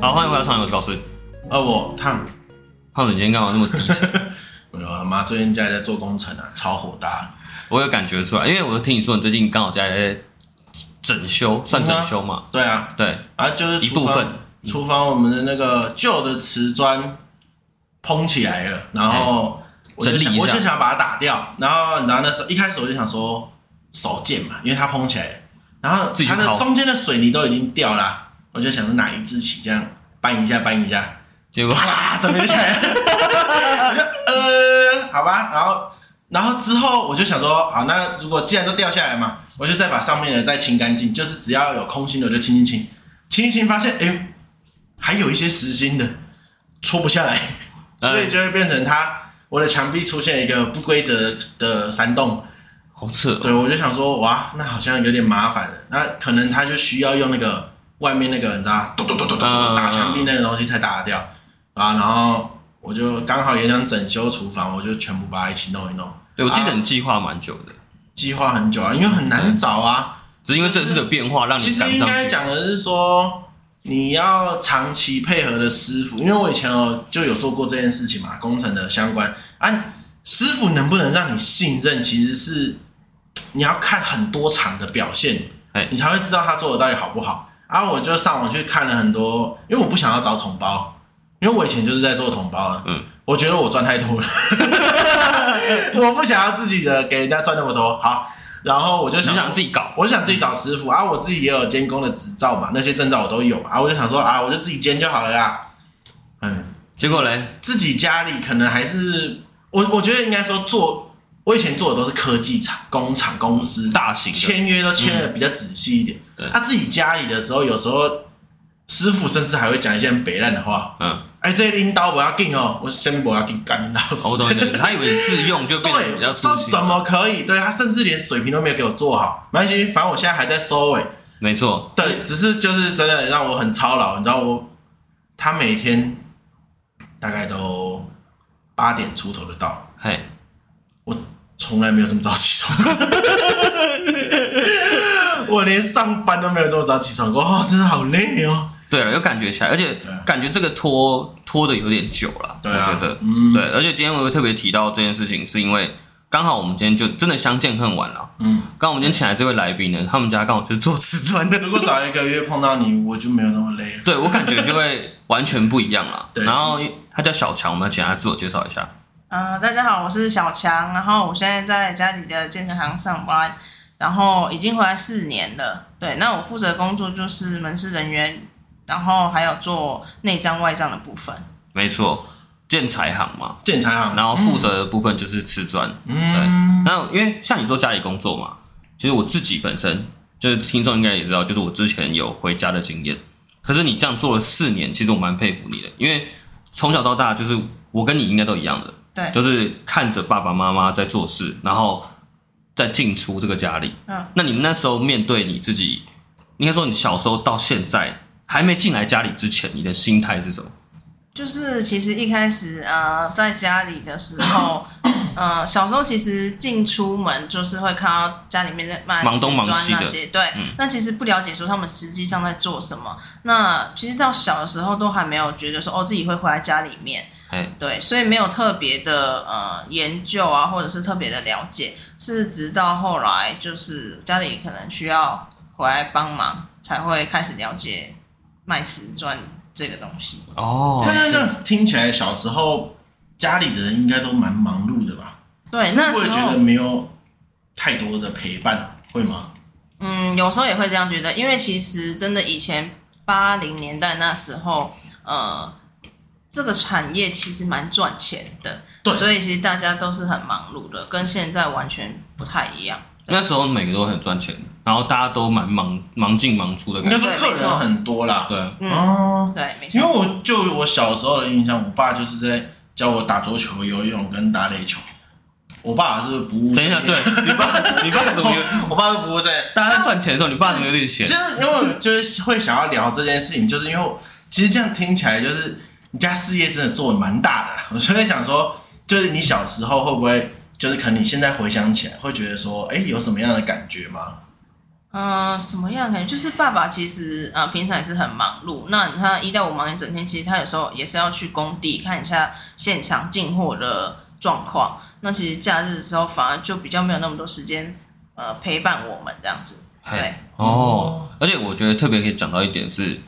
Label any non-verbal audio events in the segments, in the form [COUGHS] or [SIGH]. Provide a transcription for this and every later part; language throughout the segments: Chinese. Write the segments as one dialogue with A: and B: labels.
A: 好，欢迎回到创业，我是高斯。
B: 啊，我烫，
A: 胖子，你今天干嘛那么低
B: [LAUGHS]
A: 沉？
B: 没有啊，妈最近家里在做工程啊，超火大。
A: 我有感觉出来，因为我听你说你最近刚好在整
B: 嗯
A: 修，算整修嘛？
B: 对啊，
A: 对，
B: 啊就是
A: 一
B: 厨
A: 部
B: 房
A: 分，嗯
B: 厨房我们的那个旧的瓷砖蓬起来了，然后我就
A: 整理
B: 想
A: 一下
B: 我就想把它打掉。然后你知道那时候一开始我就想说手贱嘛，因为它蓬起来了，然后
A: 自己去
B: 它
A: 敲
B: 的中间的水泥都已经掉啦，我就想说拿一支起这样搬一下搬一下，
A: 结果
B: 啪啦，整个就起来了。我就呃， [LAUGHS] 好吧，然后然后之后我就想说，好，那如果既然都掉下来嘛，我就再把上面的再清干净，就是只要有空心的我就清清清，清一清发现，哎，还有一些实心的戳不下来，
A: 嗯
B: 所以就会变成它。我的墙壁出现一个不规则的山洞，
A: 好扯哦，
B: 对我就想说，哇，那好像有点麻烦了。那可能他就需要用那个外面那个，你知道，咚咚咚咚咚
A: 嗯
B: 咚打墙壁那个东西才打得掉啊。然后我就刚好也想整修厨房，我就全部把它一起弄一弄。
A: 对我记得
B: 啊
A: 你计划蛮久的，
B: 计划很久啊，因为很难找啊。
A: 只是因为这次的变化让你
B: 其实
A: 赶
B: 应
A: 上
B: 该
A: 去。
B: 讲的是说，你要长期配合的师傅，因为我以前哦就有做过这件事情嘛，工程的相关啊，师傅能不能让你信任，其实是你要看很多场的表现。
A: 哎
B: 你，才会知道他做的到底好不好。然、后我就上网去看了很多，因为我不想要找统包，因为我以前就是在做统包的。
A: 嗯，
B: 我觉得我赚
A: [LAUGHS]
B: 太多了，我不想要自己的给人家赚那么多。好，然后我就
A: 你
B: 想，
A: 想自己搞？
B: 我就想自己找师傅啊，我自己也有监工的执照嘛，那些证照我都有嘛，啊，我就想说啊，我就自己监就好了啦。嗯，
A: 结果嘞，
B: 自己家里可能还是我，我觉得应该说做，我以前做的都是科技厂、工厂、公司，
A: 大型的
B: 签约都签的比较仔细一点。啊
A: 对
B: 他自己家里的时候，有时候师傅甚至还会讲一些很北烂的话，
A: 嗯，
B: 哎，这拎刀不要劲哦，我先不要劲，干老师。
A: 哦我懂你
B: [LAUGHS]
A: 的意思，他以为你自用就变得比
B: 对
A: 较，粗
B: 这
A: 心
B: 怎，么可以？对他甚至连水平都没有给我做好，没关系，反正我现在还在收尾。
A: 没错，
B: 对，只是就是真的让我很操劳，你知道我，他每天大概都八点出头就到，
A: 嘿，
B: 我从来没有这么早起床过，我连上班都没有这么早起床过，哦，真的好累哦。
A: 对了，有感觉起来，而且
B: 对啊
A: 感觉这个拖拖的有点久了，
B: 对啊
A: 我觉得，
B: 嗯
A: 对，而且今天我会特别提到这件事情，是因为刚好我们今天就真的相见恨晚了。
B: 嗯，
A: 刚好我们今天请来这位来宾呢，他们家刚好就是做瓷砖的，
B: 如果早一个月碰到你，我就没有那么累了。
A: 对我感觉就会完全不一样了。
B: [LAUGHS] 对
A: 然后他叫小强，我们要请他自我介绍一下。
C: 呃，大家好，我是小强，然后我现在在家里的健身行上班，然后已经回来四年了。对，那我负责工作就是门市人员，然后还有做内账外账的部分。
A: 没错，建材行嘛，
B: 建材行，
A: 然后负责的部分就是瓷砖。
B: 嗯，
A: 那因为像你说家里工作嘛，其实我自己本身就是听众应该也知道，就是我之前有回家的经验。可是你这样做了四年，其实我蛮佩服你的，因为从小到大就是我跟你应该都一样的，
C: 对
A: 就是看着爸爸妈妈在做事，然后再进出这个家里。
C: 嗯，
A: 那你那时候面对你自己，应该说你小时候到现在还没进来家里之前，你的心态是什么？
C: 就是其实一开始呃，在家里的时候， [COUGHS] 呃，小时候其实进出门就是会看到家里面在卖
A: 忙东忙
C: 瓷砖
A: 西的嗯
C: 那些，对，那其实不了解说他们实际上在做什么。那其实到小的时候都还没有觉得说哦，自己会回来家里面。
A: 哎，
C: 对，所以没有特别的呃研究啊，或者是特别的了解，是直到后来就是家里可能需要回来帮忙，才会开始了解卖瓷砖这个东西。
A: 哦，
B: 那那那听起来小时候家里的人应该都蛮忙碌的吧？
C: 对，那
B: 我
C: 时
B: 也觉
C: 候
B: 得没有太多的陪伴，会吗？
C: 嗯，有时候也会这样觉得，因为其实真的以前八零年代那时候，呃，这个产业其实蛮赚钱的，
B: 对
C: 所以其实大家都是很忙碌的，跟现在完全不太一样。
A: 那时候每个都很赚钱，然后大家都蛮忙忙进忙出的
B: 应
A: 感
B: 该
A: 觉。
B: 说客
C: 对没错
B: 人很多啦。
A: 对，啊
C: 嗯
B: 哦，
C: 对，没
B: 因为
C: 错，
B: 我就我小时候的印象，我爸就是在教我打桌球、游泳跟打垒球。我爸是不务正
A: 等一
B: 业
A: 下，对，你爸，你爸怎么有？
B: [LAUGHS] 我爸是不务正业。
A: 大家在赚钱的时候，你爸怎么有点闲
B: 其？实因为我就是会想要聊这件事情，就是因为我其实这样听起来就是你家事业真的做的蛮大的啦。 [LAUGHS] 我就在想说，就是你小时候会不会，就是可能你现在回想起来会觉得说，哎，有什么样的感觉吗？
C: 嗯、什么样的感觉？就是爸爸其实呃平常也是很忙碌，那你看一到五忙一整天，其实他有时候也是要去工地看一下现场进货的状况。那其实假日的时候反而就比较没有那么多时间呃陪伴我们这样子。对
A: 嘿，哦，而且我觉得特别可以讲到一点是，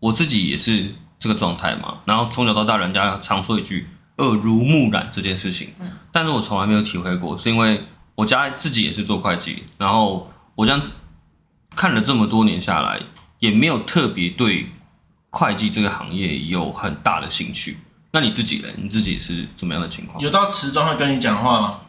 A: 我自己也是这个状态嘛。然后从小到大，人家常说一句“耳濡目染”这件事情，但是我从来没有体会过，是因为我家自己也是做会计，然后我这样看了这么多年下来，也没有特别对会计这个行业有很大的兴趣。那你自己呢？你自己是怎么样的情况？
B: 有到瓷砖会跟你讲话吗？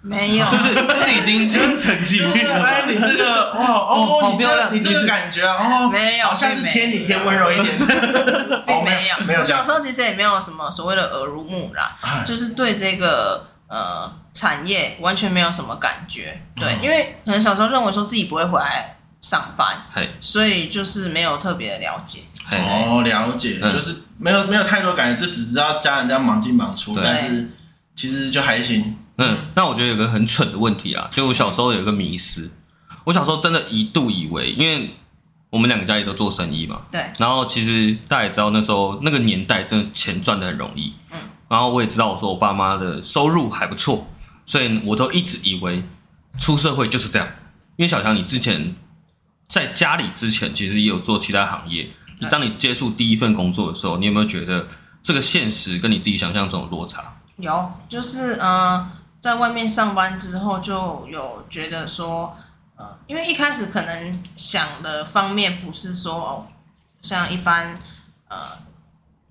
C: 没有，
A: 就是就是已经精神疾病
B: [LAUGHS]
A: 了吧
B: 哎，你这个哇
A: 哦
B: 哦，
A: 好
B: 你
A: 漂
B: 这个
A: 亮
B: 你这
A: 你
B: 个
A: 是
B: 感觉啊哦，
C: 没有
B: 好下次
C: 并没
B: 贴你贴温柔一
A: [LAUGHS]
B: 点。哦
C: 并没有，
B: 没有这
C: 小
B: 样
C: 时。候其实也没有什么所谓的耳濡目染，
B: 哎
C: 就是对这个呃产业完全没有什么感觉。对
B: 嗯，
C: 因为可能小时候认为说自己不会回来上班，
A: 嘿，
C: 所以就是没有特别的了解。
A: 嘿，
B: 哦，了解，
A: 嗯
B: 就是没有没有太多感觉，就只知道家人家忙进忙出，
A: 对
B: 但是其实就还行。
A: 嗯，那我觉得有个很蠢的问题啊，就我小时候有一个迷失，我小时候真的一度以为，因为我们两个家里都做生意嘛，
C: 对，
A: 然后其实大家也知道那时候那个年代真的钱赚的很容易，
C: 嗯
A: 然后我也知道我说我爸妈的收入还不错，所以我都一直以为出社会就是这样。因为小强，你之前在家里之前其实也有做其他行业，
C: 对
A: 当你接触第一份工作的时候，你有没有觉得这个现实跟你自己想象中有落差？
C: 有就是呃，在外面上班之后就有觉得说，呃，因为一开始可能想的方面不是说哦，像一般呃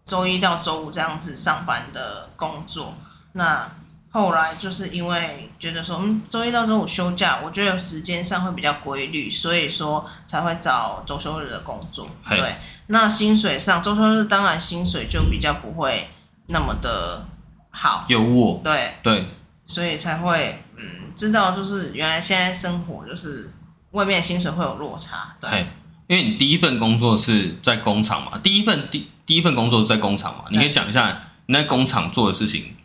C: 周一到周五这样子上班的工作，那后来就是因为觉得说，嗯，周一到周五休假，我觉得时间上会比较规律，所以说才会找周休日的工作。
A: 嘿
C: 对，那薪水上周休日当然薪水就比较不会那么的好，
A: 有我，
C: 对，
A: 对，
C: 所以才会嗯知道就是原来现在生活就是外面的薪水会有落差，对，
A: 嘿，因为你第一份工作是在工厂嘛，第一份第第一份工作是在工厂嘛，你可以讲一下你在工厂做的事情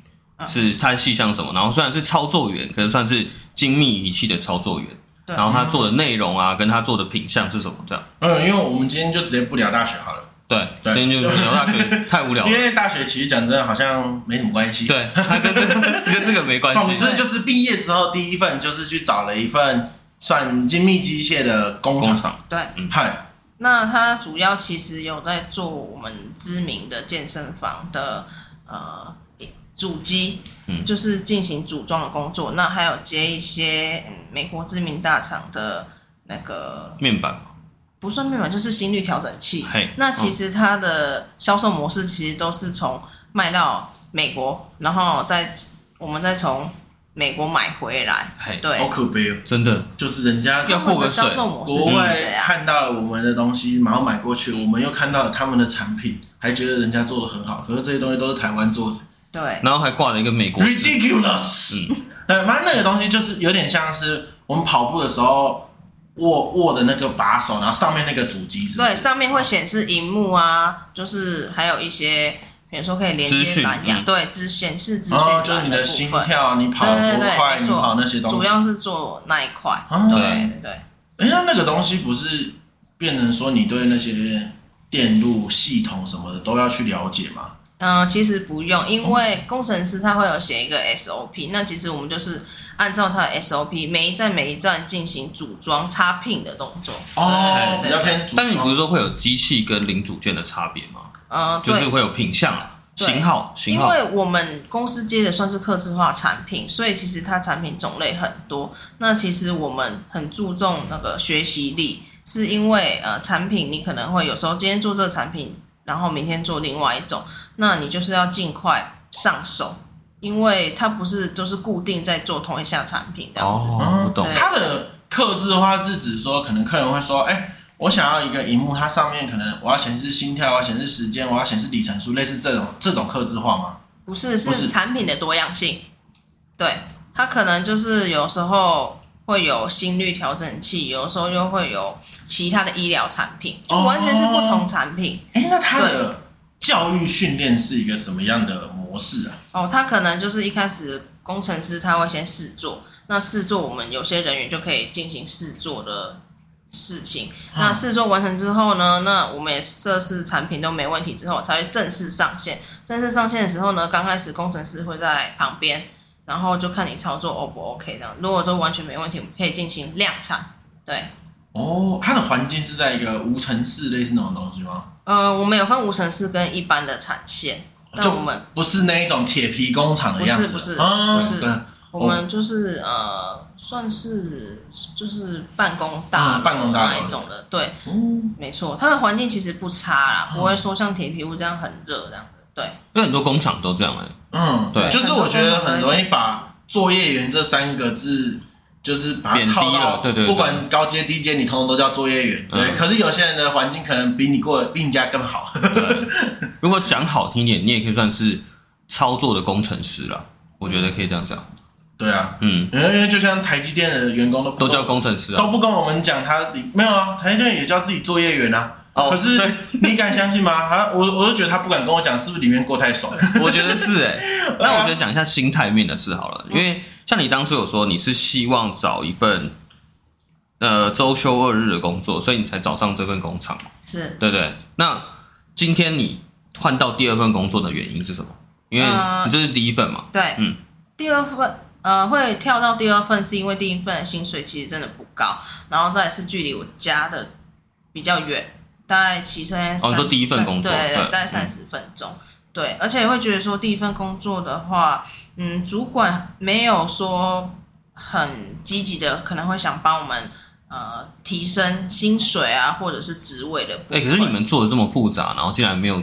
C: 嗯
A: 是它的细项是什么，然后虽然是操作员，可是算是精密仪器的操作员，
C: 对
A: 然后他做的内容啊，跟他做的品相是什么这样。
B: 嗯，因为我们今天就直接不聊大学好了，
A: 对，
B: 对
A: 今天就聊大学太无聊
B: 因
A: 了，
B: 为大学其实讲真的好像没什么关
A: [LAUGHS]
B: 系。，
A: 对，他跟这个跟这个没关
B: [LAUGHS] 总
A: 系。
B: 之就是毕业之后第一份就是去找了一份算精密机械的工
A: 工
B: 厂，
A: 厂，
C: 对。
B: 嗨，
C: 那他主要其实有在做我们知名的健身房的呃主机，
A: 嗯
C: 就是进行组装的工作。那还有接一些、嗯、美国知名大厂的那个
A: 面板嘛，
C: 不算面板，就是心率调整器
A: 嘿。嗯
C: 那其实它的销售模式其实都是从卖到美国，然后再我们再从美国买回来。
A: 嘿，
C: 对，
B: 好可悲哦，
A: 真的，
B: 就是人家
A: 要过个水
C: 销售模式
B: 国
C: 哦就是
B: 外
C: 这样。
B: 看到了我们的东西，马上买过去，我们又看到了他们的产品，还觉得人家做的很好，可是这些东西都是台湾做的
C: 对，
A: 然后还挂了一个美国字，
B: ，ridiculous。对，反正那个东西就是有点像是我们跑步的时候握握的那个把手，然后上面那个主机是不是
C: 对，上面会显示荧幕啊，就是还有一些，比如说可以连
A: 资
C: 接
A: 讯
C: 蓝牙，
A: 嗯
C: 对，只显示资讯
B: 哦，就是
C: 栏
B: 你
C: 的
B: 心
C: 部分。
B: 跳，你跑
C: 对
B: 得
C: 对
B: 多
C: 对，
B: 快，
C: 没
B: 你跑
C: 错
B: 那些，东西。
C: 主要是做那一块。
A: 嗯
B: 啊
C: 对对对，
B: 哎，那那个东西不是变成说你对那些电路系统什么的都要去了解吗？
C: 嗯、其实不用，
A: 哦
C: 因为工程师他会有写一个 SOP，那其实我们就是按照他的 SOP，每一站每一站进行组装插拼的动作。
B: 哦，比
C: 对对
B: 较
C: 对对，
B: 偏主。
A: 但是你不是说会有机器跟零组件的差别吗？
C: 嗯，
A: 就
C: 对
A: 是。会有品相啊、
C: 对
A: 型号、型
C: 因
A: 号，
C: 为我们公司接的算是客制化产品，所以其实它产品种类很多。那其实我们很注重那个学习力，是因为呃，产品你可能会有时候今天做这个产品，然后明天做另外一种，那你就是要尽快上手，因为它不是就是固定在做同一项产品这样子。
A: 哦，我懂
C: 对。
B: 它的克制化是指说，可能客人会说，哎、我想要一个荧幕，它上面可能我要显示心跳，我要啊显示时间，我要显示里程数，类似这种这种克制化吗？
C: 不是，
B: 不是
C: 是产品的多样性。对，它可能就是有时候会有心率调整器，有时候又会有其他的医疗产品，就
B: 哦
C: 完全是不同产品。
B: 哎、那它的教育训练是一个什么样的模式啊？
C: 哦，它可能就是一开始工程师他会先试做，那试做我们有些人员就可以进行试做的事情。那试做完成之后呢，那我们也测试产品都没问题之后，才会正式上线。正式上线的时候呢，刚开始工程师会在旁边，然后就看你操作 O 不 OK 这样。如果都完全没问题，我们可以进行量产。对，
B: 哦，它的环境是在一个无尘室类似那种东西吗？
C: 呃，我们有分无尘室跟一般的产线，但
B: 就
C: 嗯我们
B: 不是那一种铁皮工厂的样子，
C: 不是不是
B: 啊
C: 不是
B: 对
C: 我们就是呃，算是就是办公
B: 嗯
C: 大
B: 办公大楼
C: 那一种的，对，
B: 嗯
C: 没错，它的环境其实不差啦，
B: 哦
C: 不会说像铁皮屋这样很热这样子，对，
A: 因为很多工厂都这样哎、
B: 嗯，
A: 对
B: 就是我觉得很容易把作业员这三个字。就是把它
A: 贬低
B: 套到，
A: 了对对对
B: 不管高阶低阶，你通通都叫作业员。对，
A: 嗯
B: 可是有些人的环境可能比你过得比你家更好。 [LAUGHS]
C: [LAUGHS]
A: 如果讲好听一点，你也可以算是操作的工程师啦，我觉得可以这样讲。
B: 对啊，
A: 嗯，
B: 因为就像台积电的员工都不
A: 都叫工程师啊。
B: 都不跟我们讲他没有啊，台积电也叫自己作业员啊。
A: 哦
B: 可是
A: 对
B: 你敢相信吗？他我我就觉得他不敢跟我讲，是不是里面过太爽？
A: [LAUGHS] 我觉得是哎、
C: [LAUGHS]
A: 那我觉得讲一下心态面的事好了，因为像你当初有说你是希望找一份呃周休二日的工作，所以你才找上这份工厂嘛，
C: 是，
A: 对不对？那今天你换到第二份工作的原因是什么？因为
C: 呃
A: 你这是第一份嘛，
C: 对，
A: 嗯
C: 第二份呃会跳到第二份是因为第一份的薪水其实真的不高，然后再来是距离我家的比较远，大概骑车三
A: 哦你说第一份工作
C: 对对对，
A: 对嗯
C: 大概三十分钟。对，而且会觉得说第一份工作的话，嗯，主管没有说很积极的，可能会想帮我们呃提升薪水啊，或者是职位的部
A: 哎、
C: 分。
A: 可是你们做的这么复杂，然后竟然没有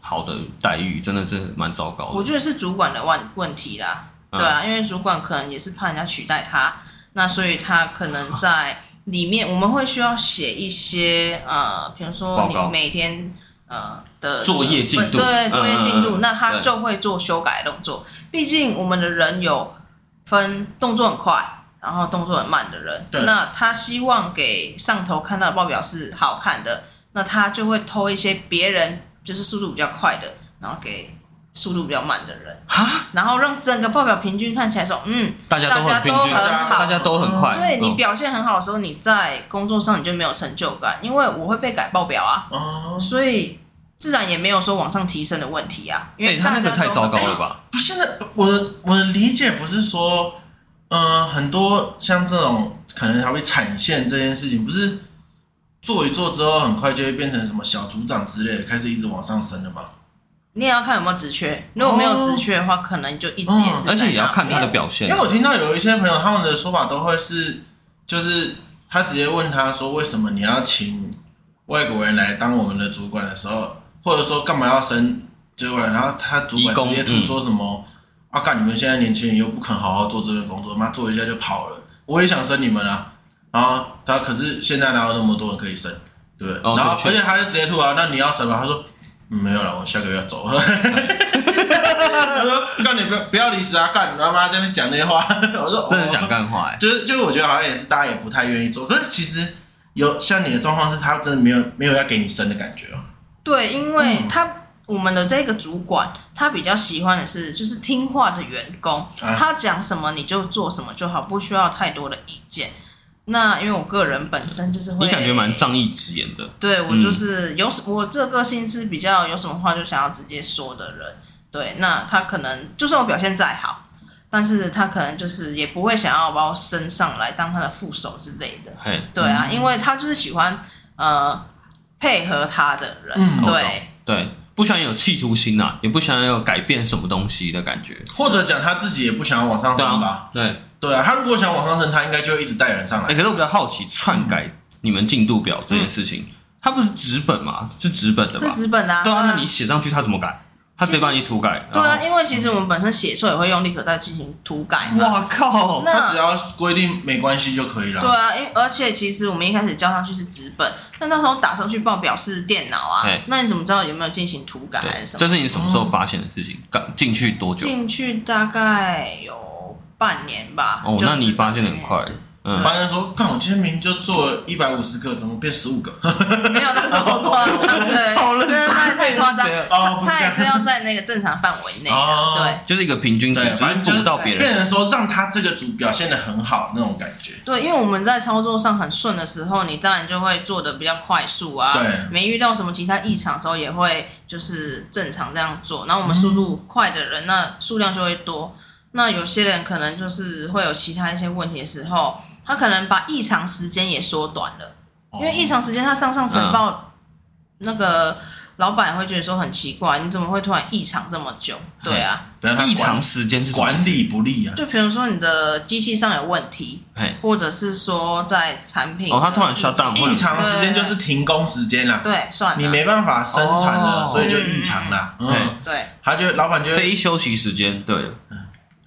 A: 好的待遇，真的是蛮糟糕
C: 我
A: 的。
C: 觉得是主管的问问题啦，
A: 嗯
C: 对啊，因为主管可能也是怕人家取代他，那所以他可
A: [LAUGHS]
C: 能在里面我们会需要写一些呃，比如说
A: 报告
C: 你每天呃的
A: 作业进度
C: 对
A: 嗯
C: 作业进度，
A: 嗯嗯
C: 那他
A: 对
C: 就会做修改动作。毕竟我们的人有分动作很快。然后动作很慢的人，
B: 对
C: 那他希望给上头看到的报表是好看的，那他就会偷一些别人就是速度比较快的，然后给速度比较慢的人，
B: 哈，
C: 然后让整个报表平均看起来说，嗯，
A: 大家都
C: 大
A: 很
C: 家
A: 平
C: 都
A: 均，
C: 很好
A: 大家都很快，
C: 所以你
A: 嗯
C: 表现很好的时候，你在工作上你就没有成就感，因为我会被改报表啊，
B: 哦、
C: 所以自然也没有说往上提升的问题啊，因
A: 哎、
C: 为
A: 他那个
C: 大家
A: 太
C: 都
A: 糟糕了吧？
B: 不是那我的我的理解不是说，嗯、很多像这种可能还会产线这件事情，不是做一做之后很快就会变成什么小组长之类的，开始一直往上升了吗？
C: 你也要看有没有职缺，如果没有职缺的话，可能就一直也是
A: 哦
C: 在那边、
A: 而且也要看他的表
B: 因
A: 现
B: 为。我听到有一些朋友他们的说法都会是，就是他直接问他说为什么你要请外国人来当我们的主管的时候，或者说干嘛要升结果，然后他主
A: 移
B: 管
A: 工嗯
B: 直接吐说什么、啊，干你们现在年轻人又不肯好好做这份工作，妈做一下就跑了，我也想升你们啊，然后他可是现在哪有那么多人可以升，对不对？
A: 哦
B: 然后
A: 对确
B: 而
A: 实
B: 且他就直接吐啊，那你要升吗？他说。嗯没有了，我下个月要走。他说：“干你不要不要离职啊！干你他妈在那边讲那些话。”我说：“哦
A: 真的是
B: 讲。
A: 讲干话哎、
B: 就是就是，我觉得好像也是大家也不太愿意做。可是其实有像你的状况是，他真的没有没有要给你生的感觉哦。
C: 对，因为
B: 嗯
C: 他、我们的这个主管，他比较喜欢的是就是听话的员工，
B: 啊
C: 他讲什么你就做什么就好，不需要太多的意见。那因为我个人本身就是会，
A: 你感觉蛮仗义执言的，
C: 对我
A: 嗯
C: 就是有什、我这个性是比较有什么话就想要直接说的人。对，那他可能就算我表现再好，但是他可能就是也不会想要把我升上来当他的副手之类的。
A: 嘿，
C: 对啊，因为他就是喜欢呃配合他的人。
B: 嗯
A: 我
C: 对。
A: 懂对，不想有企图心啊，也不想有改变什么东西的感觉，
B: 或者讲他自己也不想要往上
A: 对
B: 升
A: 啊
B: 吧？，
A: 对，哎、
B: 对啊，他如果想往上升，他应该就会一直带人上来。
A: 可是我比较好奇篡改你们进度表这件事情，它不是纸本吗？是纸本的吧
C: 嗯是？纸本的、啊。
A: 对啊，
C: 当然
A: 那你哦写上去它怎么改？它直接帮你涂改，
C: 对啊，
A: 然后，
C: 因为其实我们本身写错也会用立可再进行涂改嘛。
A: [LAUGHS] 哇靠，
C: 那
B: 他只要规定没关系就可以了。
C: 对啊，因为而且其实我们一开始交上去是纸本，但那时候打上去报表是电脑啊
A: 对，
C: 那你怎么知道有没有进行涂改还
A: 对
C: 是，什
A: 这
C: 么？
A: 是你什么时候发现的事情？刚进去多久？
C: 进去大概有半年吧。
A: 哦
C: 就
A: 那你
C: 知道
A: 发现得
C: 这件
A: 很快
C: 事
A: 嗯
B: 发现说，看我今天明明就做了一百五十个，怎么变十五个？
C: 没有那么
A: [LAUGHS]
C: 夸张，对，
A: 讨论
C: 太太夸
A: [LAUGHS]
C: 张，
B: 哦，不是这
C: 他也
B: 样
C: 是要在那个正常范围内
B: 哦
C: 的，对。
A: 就是一个平均值，
B: 对
A: 只是
B: 反正就
A: 顾
B: 是
A: 不到别
B: 变
A: 人。
B: 成说让他这个组表现的很好那种感觉。
C: 对，因为我们在操作上很顺的时候，你当然就会做的比较快速啊。
B: 对
C: 没遇到什么其他异常的时候，也会就是正常这样做。然后我们速度快的人，那数量就会多。那有些人可能就是会有其他一些问题的时候，他可能把异常时间也缩短了，因为异常时间他上上呈报，那个老板会觉得说很奇怪，你怎么会突然异常这么久？对啊。
B: 不要哦他
A: 异常
B: 管
A: 时间是什么
B: 管理不力啊，
C: 就比如说你的机器上有问题，
A: 嘿
C: 或者是说在产品
A: 哦，他突然 shut down，
B: 异常时间
C: 对
B: 就是停工时间啦，
C: 对，啊算了，
B: 你没办法生产了，
A: 哦
B: 所以就异常啦。
A: 嗯
B: 嗯，
C: 对，
B: 他就老板就
A: 非休息时间，对，
B: 嗯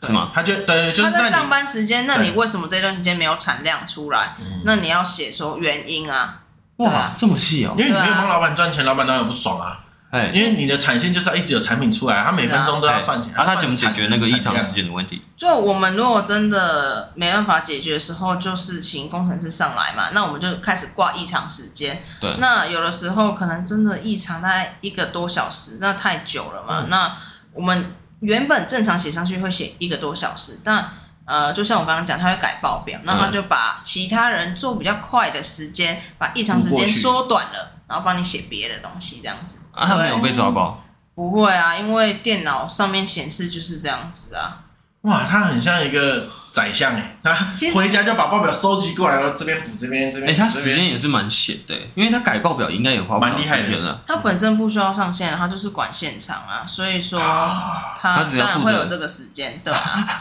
A: 是吗？
B: 他就对，就是
C: 他在
B: 在
C: 上
B: 你
C: 班时间，那你
B: 对
C: 为什么这段时间没有产量出来？那你要写说原因啊，对
A: 哇
C: 啊，
A: 这么细哦
B: 因，为你没有
C: 对啊
B: 帮老板赚钱，老板当然不爽啊。
A: 哎，
B: 因为你的产线就是要一直有产品出来，他每分钟都要
A: 哎
B: 算钱。
A: 啊，他
B: 算
A: 怎么解
B: 产
A: 决那个异
B: 产
A: 常
B: 量
A: 时间的问题？
C: 就我们如果真的没办法解决的时候，就是请工程师上来嘛，那我们就开始挂异常时间。
A: [LAUGHS] 对，
C: 那有的时候可能真的异常大概一个多小时，那太久了
A: 嗯
C: 嘛。那我们原本正常写上去会写一个多小时，但呃，就像我刚刚讲，他会改报表，那他就把其他人做比较快的时间，把异常时
B: 补过
C: 间
B: 去
C: 缩短了，然后帮你写别的东西这样子。
A: 啊，他没有
C: 对
A: 被抓包，
C: 不会啊，因为电脑上面显示就是这样子啊。
B: 哇，他很像一个宰相哎，他
C: 其实
B: 回家就把报表收集过来，然后这边补这边，这边
A: 哎，
B: 补
A: 他
B: 这
A: 时
B: 边
A: 间也是蛮闲的，因为他改报表应该也花不
B: 蛮
A: 少
B: 厉害的
A: 时间啊了。
C: 他本身不需要上线，他就是管现场啊，所以说
B: 啊，
C: 他
A: 他只要
C: 当然
A: 负责
C: 会有这个时间，对啊。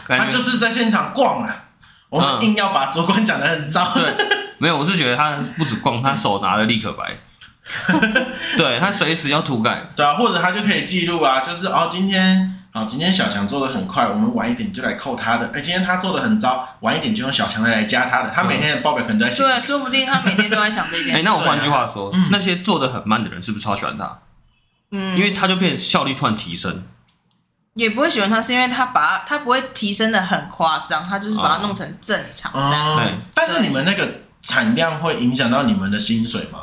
B: 他
A: 感觉
B: 就是在现场逛啊。我们
A: 嗯
B: 硬要把主管讲的很糟，
A: 对，没有，我是觉得他不止逛，他手拿的立可
B: [LAUGHS]
A: 白，对他随时要涂改，
B: 对啊，或者他就可以记录啊，就是哦，今天好、今天小强做的很快，我们晚一点就来扣他的。哎，今天他做的很糟，晚一点就用小强的来加他的。他每天的报表可能都在写这个。
C: 对，说不定他每天都在想这件
A: [LAUGHS] 哎、
C: 事。
A: 那我
B: 对啊
A: 换句话说，那些做的很慢的人是不是超喜欢他？
C: 嗯，
A: 因为他就变效率突然提升，
C: 也不会喜欢他，是因为他把他不会提升的很夸张，他就是把它弄成正常这样子。
A: 对
B: 哦，但是你们那个产量会影响到你们的薪水吗？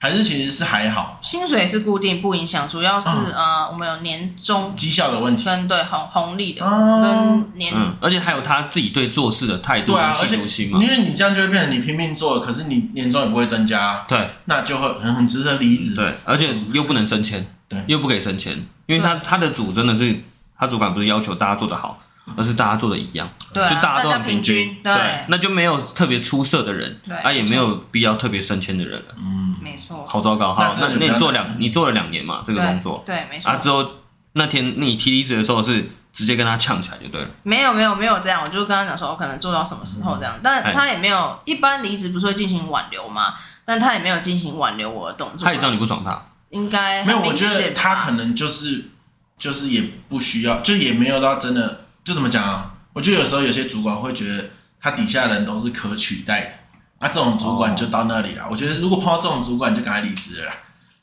B: 还是其实是还好
C: 薪水是固定不影响，主要是、
B: 嗯
C: 呃我们有年终
B: 绩效的问题？
C: 跟对红红利的、
B: 哦
C: 跟年、
A: 嗯，而且还有他自己对做事的态度
B: 对啊，而
A: 跟
B: 且
A: 企图心
B: 因
A: 嘛，
B: 为你这样就会变成你拼命做，可是你年终也不会增加啊，
A: 对
B: 那就会很很值得离
A: 嗯
B: 职。
A: 对，而且又不能升迁，
B: 对
A: 又不给升迁，因为他他的组真的是他主管不是要求大家做的好，而是大家做的一样，
C: 对啊
A: 就大家都
C: 大家
A: 很
C: 平
A: 均，
C: 均
A: 对
C: 对
A: 那就没有特别出色的人，
C: 对
A: 啊也
C: 没错
A: 没有必要特别升迁的人了，
C: 没错，
A: 好糟糕
B: 那
A: 哈，
B: 这
A: 那
B: 个就比
A: 那
B: 较
A: 你做
B: 难
A: 两你做了两年嘛这
C: 对
A: 个工作，
C: 对没错、
A: 啊之后那天你提离职的时候是直接跟他呛起来就对了。
C: 没有没有没有这样，我就跟他讲说我哦可能做到什么时候这样，但他也没有一般离职不是会进行挽留嘛，但他也没有进行挽留我的动作
A: 他也，知道你不爽他，
C: 应该
B: 没有，
C: 哎很
B: 我
C: 明
B: 觉得
C: 显
B: 他
C: 吧
B: 可能就是就是也不需要，就也没有到真的就怎么讲啊？我觉得有时候有些主管会觉得他底下的人都是可取代的，啊，这种主
C: 哦
B: 管就到那里了。我觉得如果碰到这种主管，就赶快离职了啦。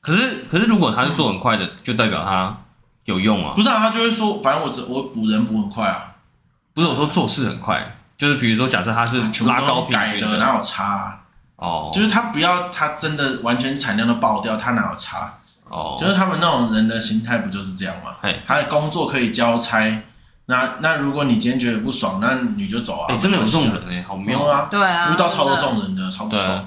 A: 可是可是如果他是做很快的，就代表他有用啊
B: 不。是啊，他就会说，反正我只我补人补很快啊，
A: 不是我说做事很快，就是比如说假设他是
B: 全部
A: 拉
B: 都
A: 高平
B: 改
A: 均
B: 的，
A: 的
B: 哪有差、啊？
A: 哦，
B: 就是他不要他真的完全产量都爆掉，他哪有差？就
A: 哦，
B: 是他们那种人的心态不就是这样吗
A: 嘿？
B: 他的工作可以交差，那那如果你今天觉得不爽，那你就走啊。
A: 哎，真的有这种
B: 没关系
A: 人哎，好
B: 啊，
A: 妙
B: 有
A: 啊！
B: 啊，
C: 对啊，
B: 遇到超多这
C: 真的
B: 种人的，超不爽的。